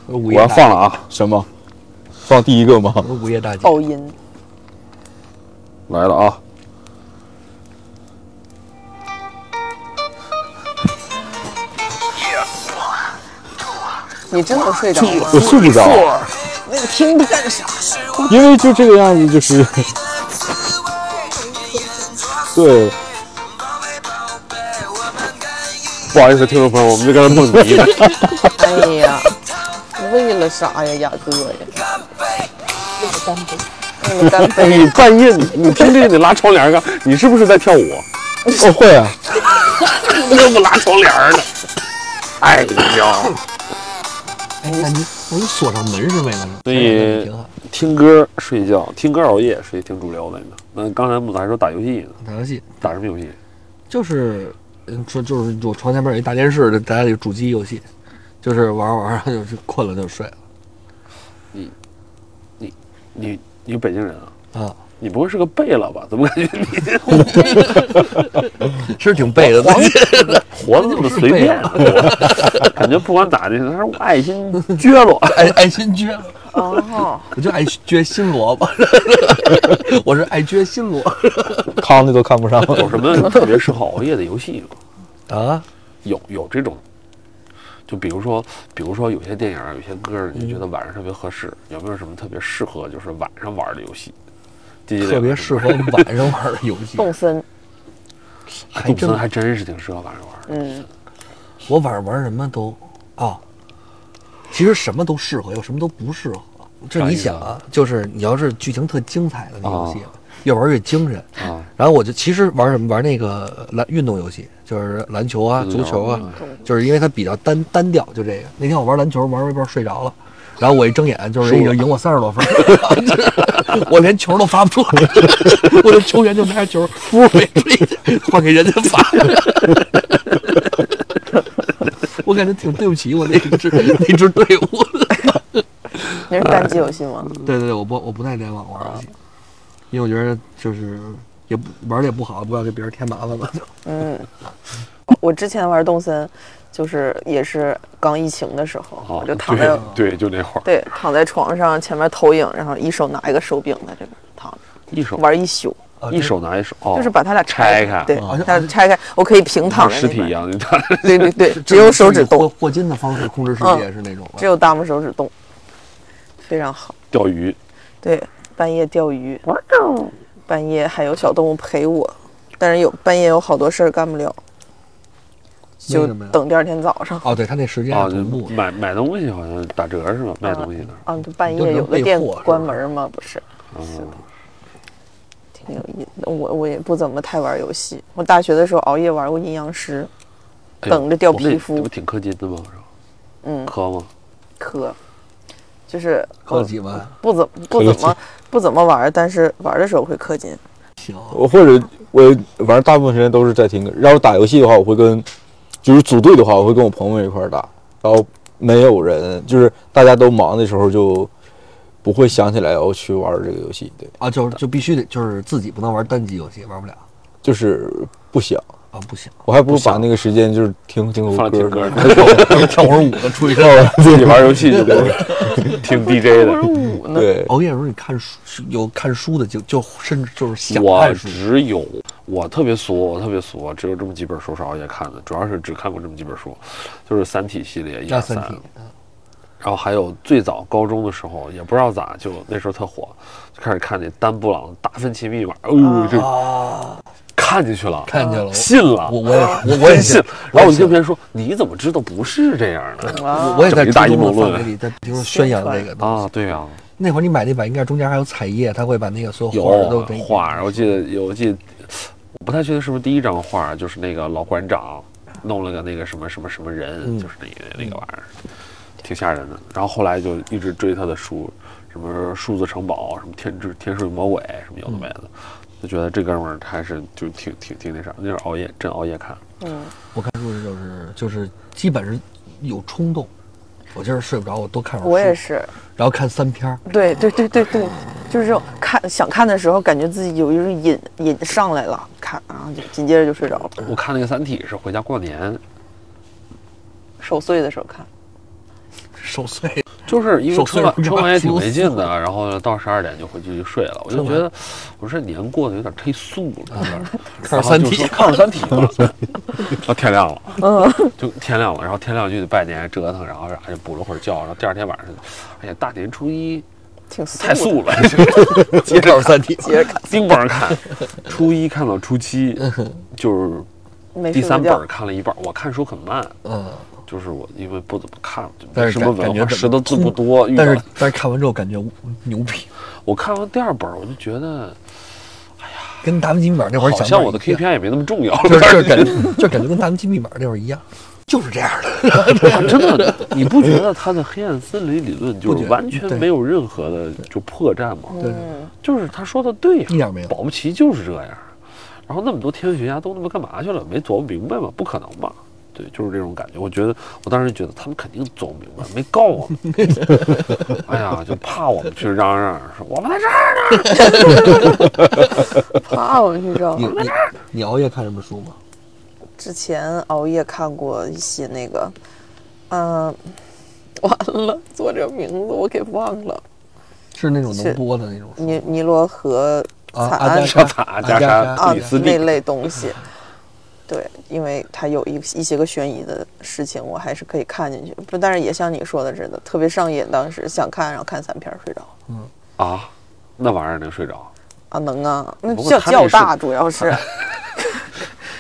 B: 我
E: 我要放
B: 了。
E: 了啊！什么？放第一个吗？
B: 午夜大姐，
C: 爆音，
A: 来了啊！
C: 你真能睡着吗？
E: 我睡不着，啊
C: 那你听着干啥？
E: [LAUGHS] 因为就这个样子，就是 [LAUGHS] 对，
A: 不好意思，听众朋友，我们就跟他蹦迪呢。
C: 哎呀，为了啥呀，雅哥呀？为了干杯，为了干
A: 你半夜你你听这个，你拉窗帘干？你是不是在跳舞？
E: 哦会啊，
A: 你怎么拉窗帘呢？哎呀！
B: 哎，那你那你锁上门是为了什么？哎
A: 所以
B: 挺好。
A: 听歌睡觉，听歌熬夜是挺主流的。那刚才木子还说打游戏呢，
B: 打游戏
A: 打什么游戏？
B: 就是，嗯，说就是我床前面有一大电视，就打这个主机游戏，就是玩儿玩儿，就是困了就睡了
A: 你你北京人啊？
B: 啊，
A: 你不会是个贝勒吧？怎么感觉你 [LAUGHS]
B: 是挺背的。自己
A: 活的那么随便？啊 [LAUGHS] 感觉不管咋的，他说我爱心撅落。
B: 爱爱新撅，
C: 杯！哦，
B: 我就爱撅新萝卜， [LAUGHS] 我是爱撅新萝
E: 康的都看不 [LAUGHS] 上。
A: 有什么特别适合熬夜的游戏吗？
B: 卜啊。
A: 有有这种，就比如说，比如说有些电影儿、有些歌儿，你就觉得晚上特别合适，有没有什么特别适合就是晚上玩儿的游戏？啊第一类
B: 特别适合晚上玩的游戏。
C: 动森，
A: 还
B: 真
A: 真还真是挺适合晚上玩儿的。
C: 嗯，
B: 我晚上玩什么都哦，其实什么都适合，有什么都不适合。这你想啊，就是你要是剧情特精彩的那游戏，越玩越精神。
A: 啊，
B: 然后我就其实玩什么玩那个篮运动游戏，就是篮球啊、
A: 足球
B: 足球啊，就是因为它比较单单调，就这个。那天我玩篮球玩玩一半睡着了，然后我一睁眼就是人已经赢我三十多分儿，我连球都发不出来，我这球员就拿着球呼飞飞，换给人家发。我感觉挺对不起我那一支那支队伍的。
C: 那是单机游戏吗？
B: 对对对，我不我不太联网玩游戏，因为我觉得就是也不玩的也不好，不要给别人添麻烦了。
C: 嗯，我之前玩动森，就是也是刚疫情的时候，
A: 啊
C: 我就躺在
A: 对对，就那会儿
C: 对躺在床上，前面投影，然后一手拿一个手柄在这边躺着
A: 一手
C: 玩一宿，
A: 一手拿一手，哦
C: 啊就是把它俩
A: 拆
C: 开，
A: 开
C: 对，
B: 啊
C: 它俩拆开，我可以平躺
A: 跟
C: 在
A: 尸
C: 那
A: 体啊
C: 边
A: 一，样，你看
C: 对对
B: [LAUGHS]
C: 对，只有手指
B: 霍
C: 动，
B: 霍金的方式控制世界是那种吧
C: 只有大拇手指动，非常好。
A: 钓 [LAUGHS] 鱼。
C: 对，半夜钓鱼，半夜还有小动物陪我，但是有半夜有好多事儿干不了，就
B: 为什么呀
C: 等第二天早上。
B: 哦，对他那时间
A: 啊，
B: 是
A: 就
B: 同步的，
A: 买买东西好像打折是吧？卖东西的，
C: 啊，就半
B: 就
C: 夜
B: 是
C: 有的
B: 备
C: 店
B: 货是
C: 关
B: 吧
C: 门儿嘛，不是？是
A: 啊
C: 的，挺有意思的。我我也不怎么太玩游戏，我大学的时候熬夜玩过阴阳师，
A: 哎呦
C: 等着掉
A: 我那
C: 皮
A: 这
C: 肤
A: 不，挺氪金的吗？是吧
C: 嗯，
A: 氪吗？ [LAUGHS]
C: 磕，就是
B: 好几万，
C: 不怎不怎么不怎么玩儿，但是玩儿的时候会氪金。
B: 行，
E: 我或者我反正大部分时间都是在听歌。要是打游戏的话，我会跟就是组队的话，我会跟我朋友一块儿打。然后没有人，就是大家都忙的时候，就不会想起来要去玩这个游戏。对，
B: 啊，就是就必须得就是自己不能玩单机游戏，玩不了
E: 就是不想，
B: 啊，不行，
E: 我还不如把那个时间就是听听
A: 放
E: 首
A: 听
E: 歌，
A: 歌，
E: [LAUGHS]
B: 跳会儿舞的出去。 [LAUGHS]
A: 自己玩游戏就够了， [LAUGHS] 听 DJ
C: [LAUGHS]
A: 的。
E: 对，
B: 熬夜的时候你看书有看书的就就甚至就是想
A: 我
B: 看书，
A: 只有我特别俗，我特别俗，我只有这么几本书是熬夜看的，主要是只看过这么几本书，就是《三体》系列一
B: 那
A: 二
B: 啊三
A: 三，
B: 体
A: 然后还有最早高中的时候，也不知道咋就那时候特火，就开始看那丹布朗《达芬奇密码》，哎呦，就
B: 啊，
A: 看进去了，
B: 看见了，
A: 信了，
B: [LAUGHS] 我我也我我也
A: 真 [LAUGHS] 信。然后我就跟别人说：“你怎么知道不是这样的
C: 啊
B: 我我也在
A: 整一大
B: 初中
A: 阴
B: 的
A: 谋论
B: 范围里在听说宣扬这个东西。
A: 啊？”对啊，
B: 那会儿你买那版应该中间还有彩页，他会把那个所有
A: 有
B: 画儿都给你
A: 画儿，我记得有，我记得我不太确定是不是第一张画儿，就是那个老馆长弄了个那个什么什么什么人，
B: 嗯
A: 就是那个那个玩意儿，挺吓人的。然后后来就一直追他的书，什么《数字城堡》，什么天之《天水魔鬼》，什么有的没
B: 嗯
A: 的，就觉得这哥们儿还是就挺挺挺那啥，那是熬夜，真熬夜看。
C: 嗯，
B: 我看书是就是就是基本是有冲动，我今儿睡不着，我多看会儿书。
C: 我也是，
B: 然后看三篇儿，
C: 对对对对对，就是这种看想看的时候，感觉自己有一种瘾瘾上来了，看，然后就紧接着就睡着了。
A: 我看那个《三体》是回家过年，
C: 守岁的时候看，
B: 受罪。
A: 就是因为
B: 手
A: 春
B: 撕
A: 晚
B: 着
A: 春晚也挺
B: 手撕
A: 没劲的，然后到十二点就回去就睡了。我就觉得，我说这年过得有点忒素了，有点。
B: [LAUGHS] 看三体哦
A: 然后就说看了《三体》
B: [LAUGHS]
A: 了，然后天亮了， [LAUGHS] 就天亮了，然后天亮就得拜年折腾，然后啥就补了会儿觉，然后第二天晚上，哎呀，大年初一
C: 挺素
A: 太
C: 的
A: 素了，
B: [LAUGHS] 接着三体，
C: [LAUGHS] 接着
A: [LAUGHS]
C: 看，
A: 盯本儿看，初一看到
B: [LAUGHS]
A: 初七，就是
C: 没
A: 第
C: 睡
A: 三
C: 过
A: 本
C: 觉
A: 儿。看了一半儿，我看书很慢，
B: 嗯，
A: 就是我因为不怎么看，就
B: 但
A: 没
B: 是
A: 什么
B: 感感
A: 文
B: 觉
A: 化，
B: 怎么
A: 识的字
B: 通
A: 不多，遇到
B: 但是但是看完之后感觉牛逼，
A: 我看完第二本儿，我就觉得
B: 跟达芬奇密码那会儿
A: 好
B: 想
A: 像我的
B: 法一样
A: KPI 也没那么重要
B: 就是就
A: 了
B: 是。感觉就感觉跟达芬奇密码那会儿一样，就是这样的。
A: [LAUGHS] 真的，你不觉得他的黑暗森林理论就
B: 不觉
A: 是
B: 得
A: 完全
B: 对
A: 没有任何的就破绽吗？
B: 对
A: [LAUGHS]
C: 嗯，
A: 就是他说的对呀、
B: 一点没有
A: 保不齐就是这样。然后那么多天文学家都他妈干嘛去了？没琢磨明白吗？不可能吧？对，就是这种感觉。我觉得我当时觉得他们肯定琢磨明白，没告我们。 [LAUGHS] 哎呀，就怕我们去嚷嚷，说我们在这儿。
C: 怕我去照
B: 你。你你熬夜看什么书吗？
C: 之前熬夜看过一些那个，嗯、完了，作者名字我给忘了，
B: 是那种
C: 是
B: 能播的那种书
C: 尼尼罗河
B: 啊？
C: 惨
B: 阿
C: 案
B: 加莎
A: 惨案
B: 阿
A: 加莎
C: 啊
A: 克里斯蒂
C: 那类东西。对，因为它有一一些个悬疑的事情，我还是可以看进去。不，但是也像你说的似的，特别上瘾。当时想看，然后看三篇儿睡着
A: 啊，那玩意儿能睡着？
C: 啊，能啊，那
A: 不过
C: 较
A: 他那
C: 较
A: 是
C: 大，主要是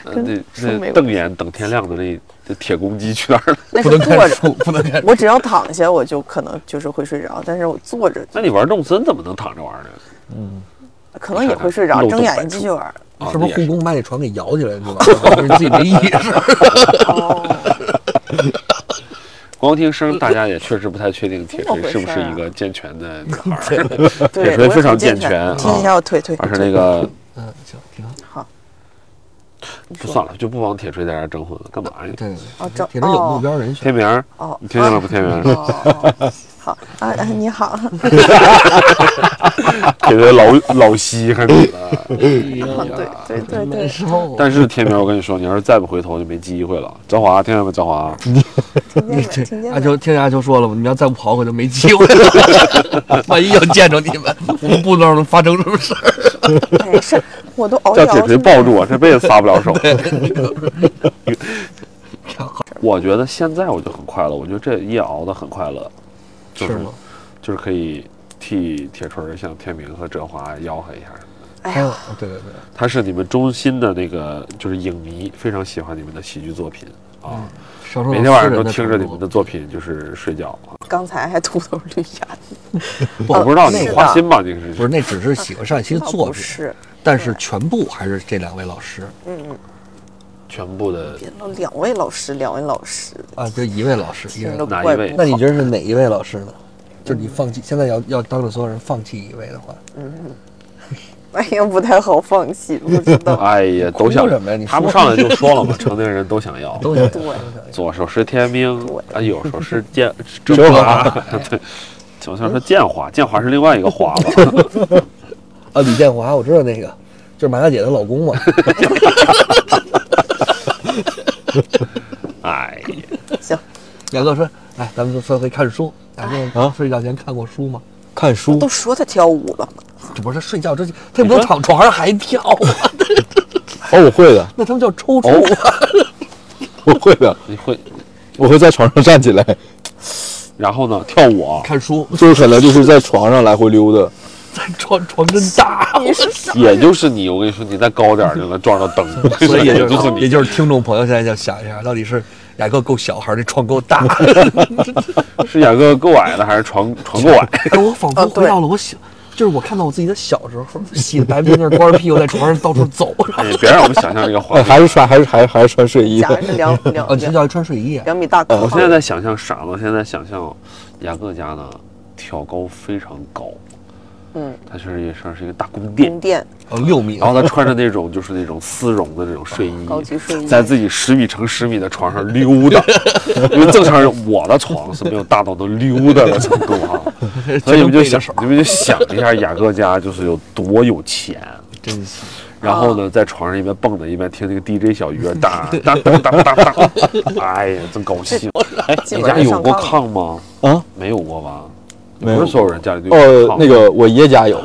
A: 呃
C: 跟
A: 那
C: 书没
A: 那
C: 有
A: 瞪眼等天亮的那那铁公鸡去哪儿了？
C: 那
B: 不
C: 是
B: 能
C: 坐
B: 看
C: 着，
B: 书， [LAUGHS] 不能看书。
C: 我只要躺下，我就可能就是会睡着。但是我坐着，
A: [LAUGHS] 那你玩动森怎么能躺着玩呢？
C: 可能也会睡着，
A: 漏洞
C: 睁眼
A: 百
C: 睛继
A: 出
C: 续玩
A: 啊
C: 儿。
B: 是不是
A: 那
B: 护
A: 也
B: 工把你床给摇起来是吧？ [LAUGHS] 就是你自己没意识。
C: 哦，
A: 光听声，大家也确实不太确定铁
C: 这么
A: 锤
C: 回
A: 是不是
C: 事儿啊
A: 一个健全的女孩儿。
C: 对，
A: 腿
C: 我
A: 非常
C: 很
A: 健
C: 健
A: 全
C: 踢一下我腿腿。
A: [LAUGHS] 而是那个
B: 嗯，行，挺好。
C: 你
A: 不
C: 说
A: 算了，就不帮铁锤在这儿征婚了，干嘛呀？
B: 对对对，
C: 哦这
B: 铁人有目标人选。
A: 天明儿，
C: 哦，
A: 你听见了
C: 啊
A: 不？天明儿，
C: [LAUGHS] 哦，哦好啊，啊你好，
A: 铁锤老老西还是女的。
C: 对对对
B: 难
C: 对，
B: 受，
A: [LAUGHS] 但是天明儿，我跟你说，你要是再不回头就没机会了。张华，听见没？张华，
C: 听见
B: 对
C: 没？
B: 啊
C: 听见
B: 阿
C: 没？
B: 秋听见阿秋说了吗？你们要再不跑，我就没机会
A: [LAUGHS]
B: 了。万一要见着你们，我们不知道能发生什么事儿。
C: 没事，我都熬
A: 叫
C: 夜
A: 铁
C: 熬
A: 锤
C: 成
A: 抱住我，这辈子撒不了手。
B: 挺好，
A: [LAUGHS] 我觉得现在我就很快乐，我觉得这夜熬的很快乐，就是
B: 是吗？
A: 就是可以替铁锤儿向天明和哲华吆喝一下。
C: 哎
B: 还有
C: 呀，，
B: 对对对，
A: 他是你们中心的那个，就是影迷，非常喜欢你们的喜剧作品啊，
B: 少数
A: 每天晚上都听着你们的作品就是睡觉。
B: 哦
C: 刚才还秃头绿牙，
A: 我不知道你
C: 那个
A: 花心吧，你是
B: 不是，那只是喜欢上一期的
C: 倒
B: 作
C: 不
B: 品，
C: 是，
B: 但是全部还是这两位老师
C: 嗯，嗯，
A: 全部的
C: 别老两位老师，两位老师，
B: 啊，就一位老师，一位
C: 听
B: 老
C: 着
B: 师。
A: 哪一
C: 怪
A: 位
C: 不
B: 那你
C: 好
B: 觉得是哪一位老师呢？就是你放弃，现在要要当着所有人放弃一位的话，
C: 哎呀，不太好放弃，不知道，
A: 哎呀，都想
B: 哭什么呀你说
A: 他们上来就说了嘛，成年人都想要。
B: 都想
C: 对，
A: 左手是天命
C: 对，
A: 啊，右手是剑哲华，对，我想说剑华，剑华是另外一个华吧？
B: [LAUGHS] 啊，李建华，我知道那个，就是马大姐的老公嘛。
A: 哎呀，
C: 行，
B: 两个说，哎，咱们就说回看书，咱们
E: 啊
B: 睡觉前看过书吗？
E: 看书
C: 都说他跳舞了嘛，
B: 这不是睡觉之前，他也不能躺床上还跳啊，
E: 哦，我会的，
B: 那他们叫抽搐
A: 哦
B: 啊。
E: [LAUGHS] 我会的，
A: 你会，
E: 我会在床上站起来，
A: 然后呢，跳舞啊，
B: 看书
E: 就是可能就是在床上来回溜达。
B: [LAUGHS] 在床床真大，
C: 你是啥？
A: 也就是你，我跟你说，你再高点儿就能撞着灯， [LAUGHS]
B: 所以
A: 也
B: 就
A: 就是你
B: 也。就是听众朋友现在就想一下，到底是雅各够小还是这床够大？
A: 是雅哥够矮的还是床床够矮？
B: 哎， [LAUGHS] 我
C: 哦
B: 仿佛回到了我小，就是我看到我自己的小时候，洗着白面巾，光着屁股在床上到处走。
A: 哎，别让我们想象这个画
E: 哎，
A: 面。
E: [LAUGHS] 还是穿，还是还是还是穿睡衣
C: 假。人是
B: [LAUGHS]
C: 两
B: 哦，
C: 两
B: 你睡
C: 两
B: 觉还穿睡衣啊？
C: 两米大
A: 我
C: 高，
A: 现在在想象傻子，现在想象雅各家呢，跳高非常高，
C: 嗯，
A: 他确实也像是一个大宫殿
C: 宫。殿
B: 哦，六米
A: 然。后他穿着那种就是那种丝绒的那种睡衣，
C: 高级睡衣
A: 在自己十米乘十米的床上溜达，因为正常人我的床是没有大到能溜达的程度啊，所以你们就想，你们就想一下雅各家就是有多有钱，
B: 真行，
A: 然后呢，在床上一边蹦跶一边听那个 DJ 小鱼儿哒哒哒哒哒哒，哎呀，真高兴！哎，你
C: 基本
A: 家
C: 上
A: 有过
C: 上
A: 炕吗？
E: 啊，
A: 没有窝娃，也
E: 没
A: 不
E: 有
A: 是所有人家里都有
E: 哦
A: 炕，
E: 那个我爷家有，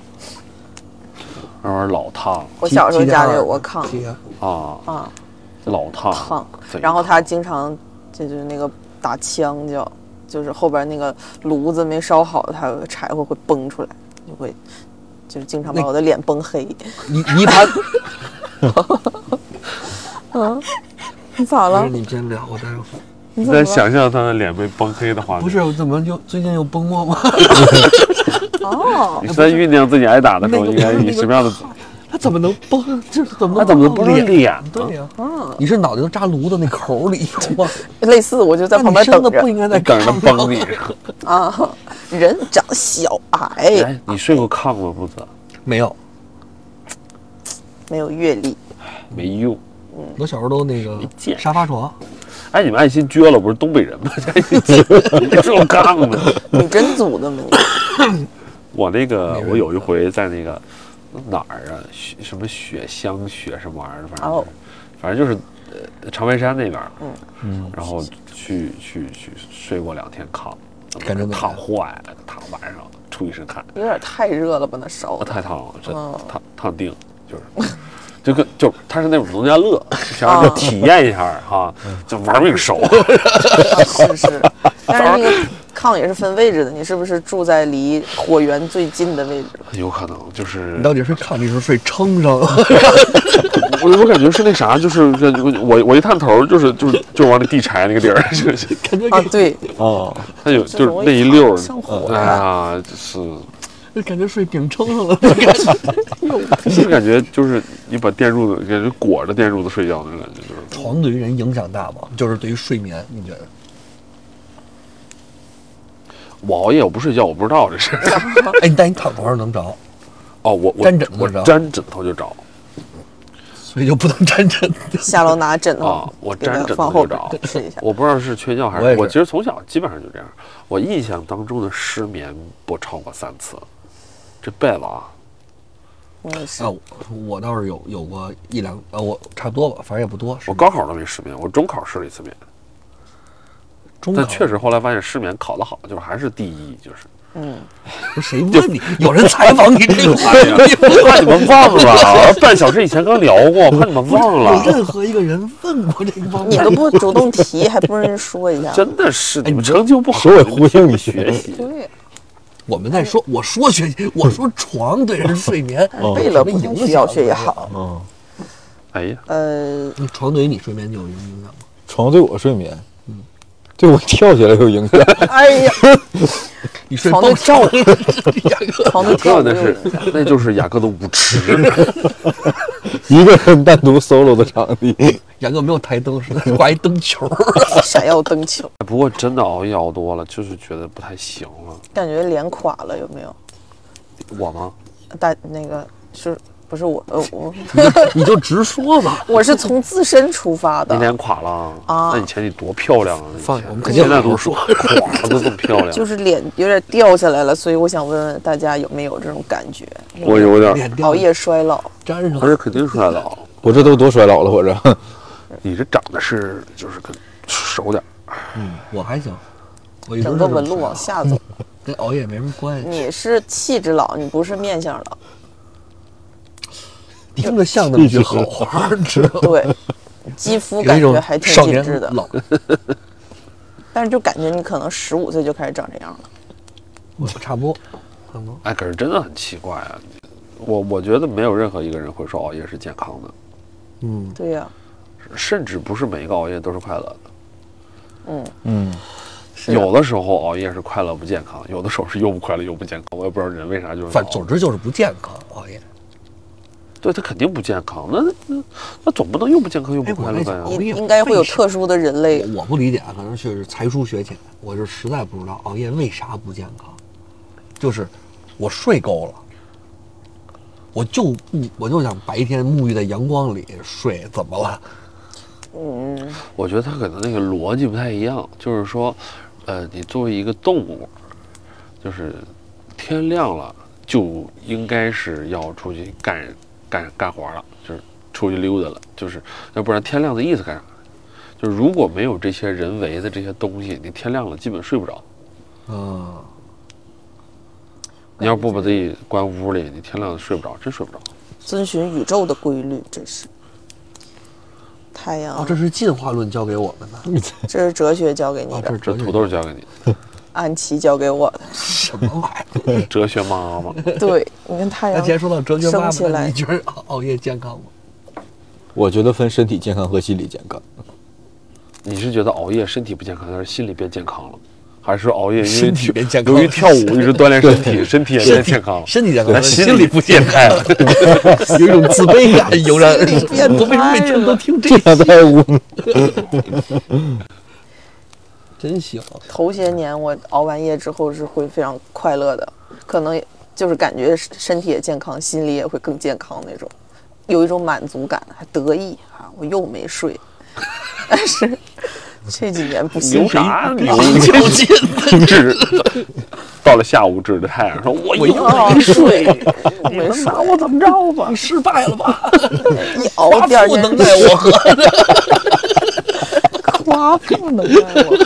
A: 那玩意儿老烫
C: 我小时候家里有个炕
B: 提拉
A: 啊，
C: 啊，
A: 老烫
C: 炕
A: 贼，
C: 然后他经常这就是那个打枪叫，就是后边那个炉子没烧好，它有个柴火会崩出来，就会就是经常把我的脸崩黑。
B: 泥泥盘。
C: 你 [LAUGHS] 咋
B: 不
C: 了
B: 是？你们先聊，我再说。
A: 你在想象他的脸被崩黑的画面，
B: 不是，我怎么就最近又崩过吗？
C: 哦，
B: 哎
A: 你是在酝酿自己挨打的时候应该以什么样的？
B: 他怎么能崩？这怎么
A: 那怎么能不是
B: 脸？
A: 脸呢？
B: 对呀、
C: 嗯，
B: 啊你是脑袋能扎炉子那口里有 [LAUGHS] 吗？
C: 类似我就在
B: 那
C: 旁
B: 你
C: 边
B: 身
C: 等
B: 子
C: 着
B: 不应该在
A: 你等着
B: 炕上
A: 崩你。
C: 啊。人长小矮，
A: [LAUGHS] 哎，你睡过炕吗？不子
B: 没有，
C: 没有阅历，
A: 没用。
B: 我小时候都那个
A: 没见识
B: 沙发床，
A: 哎，你们爱新撅了，不是东北人吗？ [LAUGHS] 爱新撅了，睡过炕呢。
C: 你真组的没有？
A: [LAUGHS] 我那个
B: 没，人
A: 我有一回在那个哪儿啊，雪什么雪乡雪什么玩意儿，反正、
C: 哦
A: 反正就是呃长白山那边儿，
C: 嗯
E: 嗯
A: 然后去去去睡过两天炕，
B: 感觉怎么样
A: 烫坏了，烫晚上出一身汗，
C: 有点太热了吧？那烧
A: 我
C: 的。
A: 太烫了，这
C: 哦
A: 烫烫定就是。 [LAUGHS] 就跟就他是那种农家乐，想
C: 哦
A: 让你体验一下儿哈，就玩命 [LAUGHS] 熟。
C: 啊，是是，但是那个炕也是分位置的，你是不是住在离火源最近的位置？
A: 有可能就是
B: 你到底是炕里是睡撑上了？
A: 我我感觉是那啥，就是感觉我我一探头儿就是就是就往那地柴那个地儿， [LAUGHS] 就是
B: [LAUGHS] 感觉
C: 啊，
B: 给
C: [LAUGHS] 对，
E: 哦，
A: 它有就
C: 这
A: 是
C: 容易
A: 那一溜儿
C: 上火，
A: 哎呀，就是
B: 感觉睡饼撑 [LAUGHS] 上了。
A: 就是感觉就是你把电褥子感觉裹着电褥子睡觉那种感觉，就是
B: 床对于人影响大吗？就是对于睡眠，你觉得？
A: [LAUGHS] 我熬夜我不睡觉我不知道这事儿。
B: 哎，但你躺床上能着，
A: 哦，我我
B: 粘枕头
A: 我
B: 着
A: 粘枕头就着
B: 所以就不能沾枕头。
C: 下楼拿枕
A: 啊
C: 头，
A: 我
C: 给它
A: 粘枕
C: 放
A: 头就
C: 后边
A: 着
C: 儿试一下。
A: 我不知道是缺觉还
B: 我也
A: 是
B: 是
A: 我其实从小基本上就这样，我印象当中的失眠不超过三次，这辈子啊，
C: 我也
B: [LAUGHS]
C: 是
B: 啊，，我我倒是有有过一两，啊，我差不多吧，反正也不多。是
A: 我高考都没失眠，我中考失了一次眠。
B: 中考
A: 但确实后来发现失眠考得好，就是还是第一， [LAUGHS] 就是。
C: 嗯，
B: 不是谁问你？有人采访你这个话
A: 哎呀，
B: 题吗？
A: 怕你们忘了，半小时以前刚聊过，怕你们忘
B: 有
A: [LAUGHS] 了。
B: 任何一个人问过这个方
C: 你
B: 面
C: 都？不主动提，还不让人说一下？
A: 真的是哎你们成绩不好，
E: 首尾呼应一些
A: 学习。
C: 对，
B: 我们在说，我说学，我说床对人睡眠
C: 嗯为了不听取药学
B: 哦
C: 也
B: 有什么影响
C: 好。
E: 嗯，
A: 哎呀，
C: 呃，
B: 啊。床对于你睡眠有什么影响吗？
E: 床对我睡眠，嗯，对我跳起来有影响。
C: 哎呀，
B: 你睡
C: 床对
B: 蹦
C: 跳舞，
B: [LAUGHS] 雅哥，
C: 床
A: [LAUGHS]
C: 对跳
A: 这
C: 舞
A: 那
C: 有
A: 是
C: 影响。
A: 那就是雅各的舞池， [LAUGHS]
E: 一个人单独 solo 的场地，
B: 雅哥没有台灯，是在挂一灯球。
C: 闪耀灯球，
A: 不过真的熬夜熬多了，就是觉得不太行了。
C: 感觉脸垮了，有没有？
A: 我吗？
C: 大那个是不是我？呃，我，
B: 你就直说吧
C: 我是从自身出发
A: 你
C: 的，
A: 脸垮了
C: 啊
A: 那你前几多漂亮啊！
B: 放
A: 下，
B: 下我们肯定
A: 现在
B: 不
A: 都
B: 是说
A: 垮了都这么漂亮，
C: 就是脸有点掉下来了，所以我想问问大家有没有这种感觉？
A: 我有点儿，
B: 脸掉
C: 熬夜衰老，
B: 粘上
A: 而且肯定摔倒。
E: 我这都多衰老了，我这。
A: 啊你这长得是就是跟熟点儿，
B: 嗯我还行，我一直
C: 整
B: 是
C: 个
B: 这么嗯
C: 纹路啊
B: 睡
C: 往下走。
B: 跟熬夜没什么关系。
C: 你是气质老，你不是面相老。
B: 听着像那么句好话， [LAUGHS] 你知道吗？
C: 对，肌肤
B: 有
C: 感
B: 一种
C: 觉还挺
B: 少
C: 紧
B: 年
C: 致的，
B: 老，
C: 但是就感觉你可能十五岁就开始长这样了。
B: 我差不多，差不多。
A: 哎，可是真的很奇怪啊！我我觉得没有任何一个人会说熬夜是健康的，
B: 嗯，
C: 对呀、
A: 甚至不是每一个熬夜都是快乐的。
C: 嗯，
E: 嗯，
C: 是
A: 有的时候熬夜是快乐不健康，有的时候是又不快乐又不健康。我也不知道人为啥就是
B: 反
A: 熬
B: 总之就是不健康熬夜。
A: 对他肯定不健康。那那那总不能又不健康又
B: 哎
A: 不
B: 我
A: 快乐
B: 在
A: 呗啊
B: 想？熬
C: 应
B: 夜
C: 应该会有
B: 为什么
C: 特殊的人类，
B: 我不理解啊，可能确实才疏学浅，我就实在不知道熬夜为啥不健康。就是我睡够了，我就不我就想白天沐浴在阳光里睡，怎么了？
C: 嗯，
A: 我觉得他可能那个逻辑不太一样，就是说，呃，你作为一个动物，就是天亮了就应该是要出去干干干活了，就是出去溜达了，就是要不然天亮的意思干啥？就是如果没有这些人为的这些东西，你天亮了基本睡不着。
B: 嗯，
A: 你要不把自己关屋里，你天亮睡不着，真睡不着。
C: 遵循宇宙的规律，真是。太阳，
B: 哦，这是进化论教给我们的，
C: 这是哲学教给你
B: 哦，
C: 的，
B: 这是
A: 这
B: 哲学
A: 土豆儿交给你，
C: 安琪教给我的。
B: [LAUGHS] 什么玩
C: [LAUGHS]
B: 意儿？
A: 哲学妈妈。
C: 对，你看太
B: 那
C: 阳
B: 既然说到哲学妈
C: 升起
B: 妈，那
C: 来
B: 你觉得熬熬夜健康吗？
E: 我觉得分身体健康和心理健康。
A: 你是觉得熬夜身体不健康，还是心理变健康了？还是熬夜因为
B: 身体
A: 跳
B: 变健康
A: 由于跳舞一直锻炼身体， [LAUGHS] 身体也变健康了，
B: 身体健康，
A: 心理不健
E: [LAUGHS]
A: 康了。
B: 有一种自卑感，油然而
C: 心理变
B: 生。我为什么每
C: 态
B: 天
C: 了
B: 都听这
E: 这
B: 些？
E: 样太污了。
B: 真行，
C: 头些年我熬完夜之后是会非常快乐的，可能就是感觉身体也健康，心里也会更健康那种，有一种满足感，还得意啊，我又没睡。 [LAUGHS] 但是这几年不行
A: 牛，啥牛？
B: 较劲。
A: 指到了下午指着太阳说：“我
B: 我
A: 又
B: 又
C: 没睡，没睡，
A: 拿我怎么着吧
B: 你失败了吧？
C: 一熬第二
B: 不
C: 天
B: 能奈我何？
C: 夸不能奈我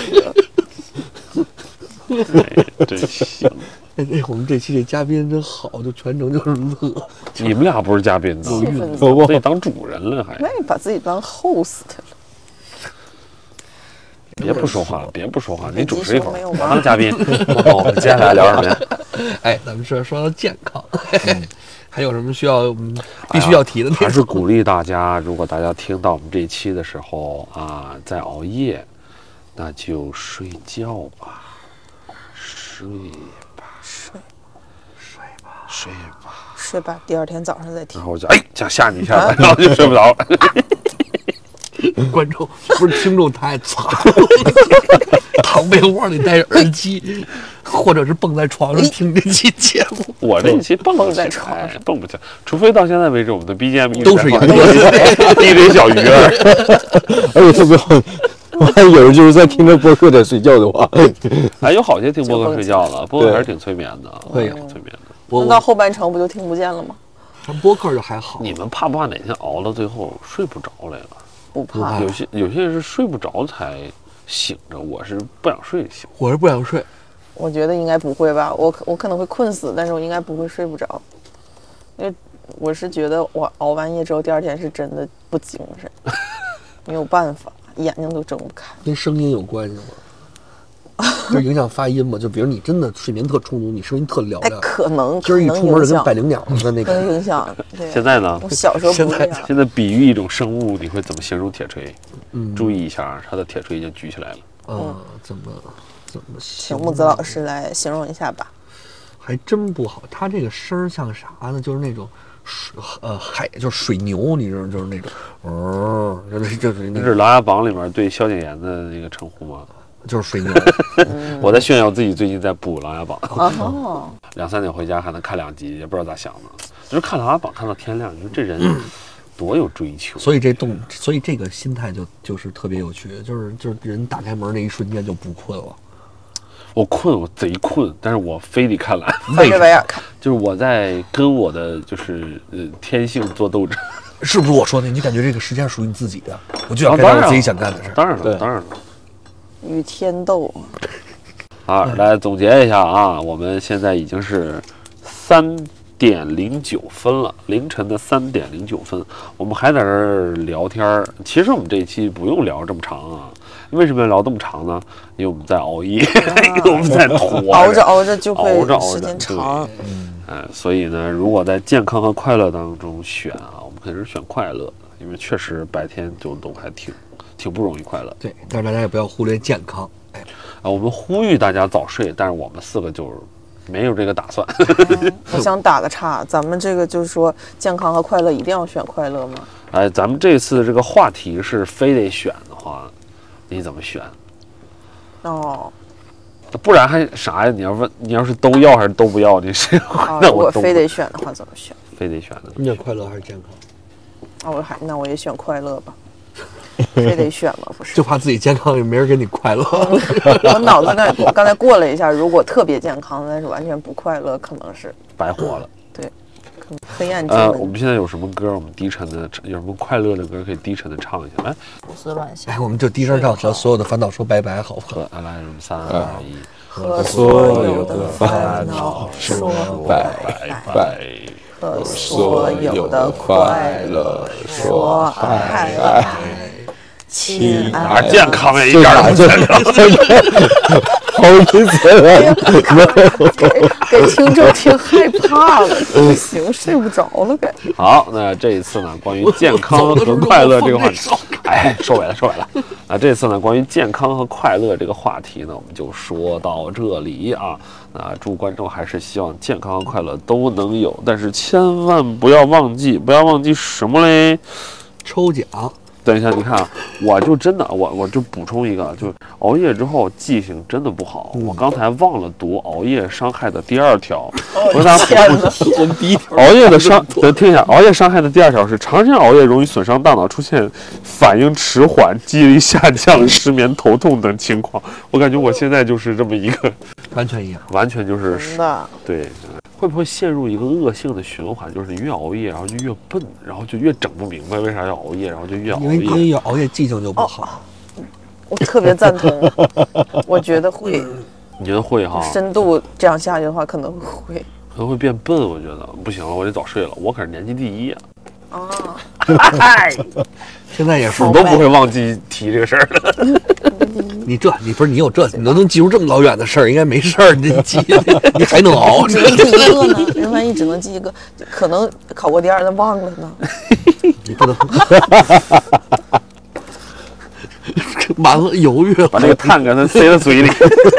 C: 何。？”
A: 哎真行！
B: 哎，哎我们这期这嘉宾真好，就全程就是乐。
A: 你们俩不是嘉宾呢，
C: 气氛怎么
A: 我自己当主人了还
C: 那把自己当 host 了？
A: 别不说话了，别不说话，你主持一会
C: 没
A: 儿，
C: 有
A: 我
C: 吗
A: 当嘉宾。我们接下来聊什么呀？
B: 哎，咱们说说到健康，还有什么需要我们必须要提的内
A: 嗯哎还
B: 容？
A: 是鼓励大家，如果大家听到我们这一期的时候啊，在熬夜，那就睡觉吧，睡吧，
C: 睡
A: 睡吧。
C: 睡吧，第二天早上再听
A: 然。后我就哎想吓你一下子，然后就睡不着了。
B: 观众不是听众
A: [LAUGHS]
B: 太惨了，躺被窝里戴着耳机，或者是蹦在床上听这期节目，
A: 我这一期蹦不
C: 在
A: 起
C: 床
A: 来，蹦不起来，除非到现在为止，我们的 BGM 一直
B: 都
A: 在
B: 是
A: 放
B: 羊肉
A: 一堆小鱼儿。
E: 而且特别好，我还有人就是在听着播客在睡觉的话，
A: 哎，有好些听播客睡觉了，播客
E: 对
A: 还是挺催眠的，
B: 会有
A: 挺催眠的。
B: 我
C: 那到后半程不就听不见了吗？
B: 我播客就还好，
A: 你们怕不怕哪天熬到最后睡不着来了？
C: 不怕
A: 有，些有些人是睡不着才醒着，我是不想睡就醒。
B: 我是不想睡，
C: 我觉得应该不会吧。我可我可能会困死，但是我应该不会睡不着，因为我是觉得我熬完夜之后，第二天是真的不精
A: [LAUGHS]
C: 神，没有办法，眼睛都睁不开。
B: 跟声音有关系吗？就影响发音嘛？就比如你真的睡眠特充足，你声音特嘹
C: 哎，
B: 亮，
C: 可能
B: 今
C: 可
B: 儿一
C: 能
B: 出门
C: 影
B: 就跟
C: 响
B: 百，灵鸟似的那
C: 可能
B: 个。
C: 影响。对，
A: 现在呢
C: 我？小时候不啊这样，
A: 现在比喻一种生物，你会怎么形容铁锤？
B: 嗯，
A: 注意一下啊，它的铁锤已经举起来了。
B: 啊，怎么怎么
C: 请
B: 形容？
C: 嗯木子老师来形容一下吧。
B: 还真不好，它这个声儿像啥呢？就是那种水呃海，就是水牛，你知道，就是那种，哦，就是就是
A: 这
B: 那
A: 是《
B: 种，
A: 琅琊榜》里面对萧景琰的那个称呼吗？
B: 就是水 [LAUGHS] 牛。
A: 我在炫耀自己最近在补《琅琊榜》，
C: 嗯哦，
A: [LAUGHS] 两三点回家还能看两集，也不知道咋想的。就是看《琅琊榜》看到天亮，你说这人多有追求。
B: 所以这动，所以这个心态就就是特别有趣，就是就是人打开门那一瞬间就不困了。
A: 我困，我贼困，但是我非得看
C: [LAUGHS]
A: 完。
C: 翻着白眼看，
A: [LAUGHS] 就是我在跟我的就是呃天性做斗争。
B: 是不是我说的？你就感觉这个时间属于你自己的，我就
A: 啊
B: 想干
A: 当然
B: 我自己
A: 了
B: 想干的事儿。
A: 当然了，
E: 对
A: 当然了。
C: 与天斗，
A: 啊，来总结一下啊，我们现在已经是三点零九分了，凌晨的三点零九分，我们还在这儿聊天儿。其实我们这一期不用聊这么长啊，为什么要聊这么长呢？因为我们在熬夜， [LAUGHS] 因为我们在拖，
C: 啊 [LAUGHS] 熬着熬着就
A: 熬
C: 会
A: 着熬着
C: 时间
A: 对
C: 长。
A: 哎，所以呢，如果在健康和快乐当中选啊，我们肯定是选快乐，因为确实白天就都还挺挺不容易快乐
B: 对，但是大家也不要忽略健康。哎，
A: 啊。我们呼吁大家早睡，但是我们四个就是没有这个打算。
C: 我想打个岔，咱们这个就是说健康和快乐一定要选快乐吗？
A: 哎，咱们这次这个话题是非得选的话，你怎么选？
C: 哦，
A: 不然还啥呀？你要问，你要是都要还是都不要？你是、， [LAUGHS]
C: 啊
A: 那
C: 如果
A: 都
C: 非得选的话怎么选？
A: 非得选的。
B: 你想快乐还是健康？
C: 那我还那我也选快乐
B: [LAUGHS]
C: 吧，非得选吗？不是
B: 就，怕自己健康也没人跟你快乐。
C: 我脑子刚才刚才过了一下，如果特别健康，但是完全不快乐，可能是
A: 白活了。
C: 对，可黑暗之
A: 呃，我
C: 门
A: 们。现在有什么歌？我们低沉的，有什么快乐的歌可以低沉的唱一下？来，
F: 胡思乱想
B: [LAUGHS] 哎，。我们就低声唱和所有的烦恼说拜拜，好不好？
A: 和阿拉什么三二一，
C: 和
E: 所
C: 所
E: 有
C: 有
E: 的
C: 的
E: 烦
C: 烦
E: 恼
C: 恼
E: 说
C: 说
E: 拜
A: 拜
E: 拜。
C: 和所有的快乐说爱
E: 爱，
C: 亲爱
A: 啊，健康呀，一
E: 这
A: 点儿
E: 哪
A: 都
E: 就好阴森啊！
C: 给听众听害怕了，不行，睡不着了，感觉。
A: 好，那这一次呢，关于健康和快乐这个话题，哎，收尾了，收尾了。那这次呢，关于健康和快乐这个话题呢，我们就说到这里啊。那祝观众还是希望健康和快乐都能有，但是千万不要忘记，不要忘记什么嘞？
B: 抽奖，
A: 等一下，你看啊，我就真的，我我就补充一个，就是熬夜之后记性真的不好。我刚才忘了读熬夜伤害的第二条，我给大家补充
B: 我们第一条
A: 熬夜的伤，咱听一下，熬夜伤害的第二条是长时间熬夜容易损伤大脑，出现反应迟缓、记忆力下降、失眠、头痛等情况。我感觉我现在就是这么一个，
B: 完全一样，
A: 完全就是
C: 真的，
A: 对，会不会陷入一个恶性的循环？就是你越熬夜，然后就越笨，然后就越整不明白为啥要熬夜，然后就越熬
B: 因为因为
A: 夜。
B: 有熬夜记性就不好。
C: 我特别赞同，我觉得会
A: 你觉得会哈？
C: 深度这样下去的话，可能会
A: 可能会变笨，我觉得不行了，我得早睡了。我可是年级第一啊，
C: 啊，
B: 现在也是
A: 哦我，都不会忘记提这个事儿的。
B: 你这你不是你有这，你都能记住这么老远的事儿，应该没事儿，你记 [LAUGHS] 你还能熬，这
C: 一个呢，人万一只能记一个，可能考过第二，但忘了呢。
B: 你不能。完了，犹豫了
A: [LAUGHS] 把。这个碳给它塞到嘴 [LAUGHS] 里。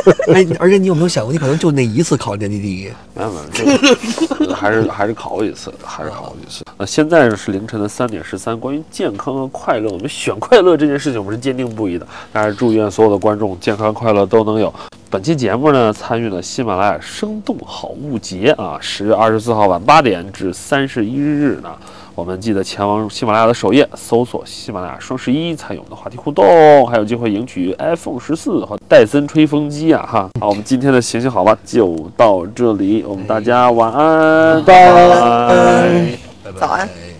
B: [LAUGHS] 哎，而且你有没有想过，你可能就那一次考年级第一？
A: 没有没有，这个还是还是考一次，还是考一次。呃，现在是凌晨的三点十三。关于健康和快乐，我们选快乐这件事情，我们是坚定不移的。但是祝愿所有的观众健康快乐都能有。本期节目呢，参与了喜马拉雅生动好物节啊，十月二十四号晚八点至三十一日呢，我们记得前往喜马拉雅的首页搜索“喜马拉雅双十一”，参与我们的话题互动，还有机会赢取 iPhone 十四和戴森吹风机啊！ [LAUGHS] 哈，好，我们今天的行行好吧就到这里，我们大家晚安，拜拜。
C: 早安。
B: 拜拜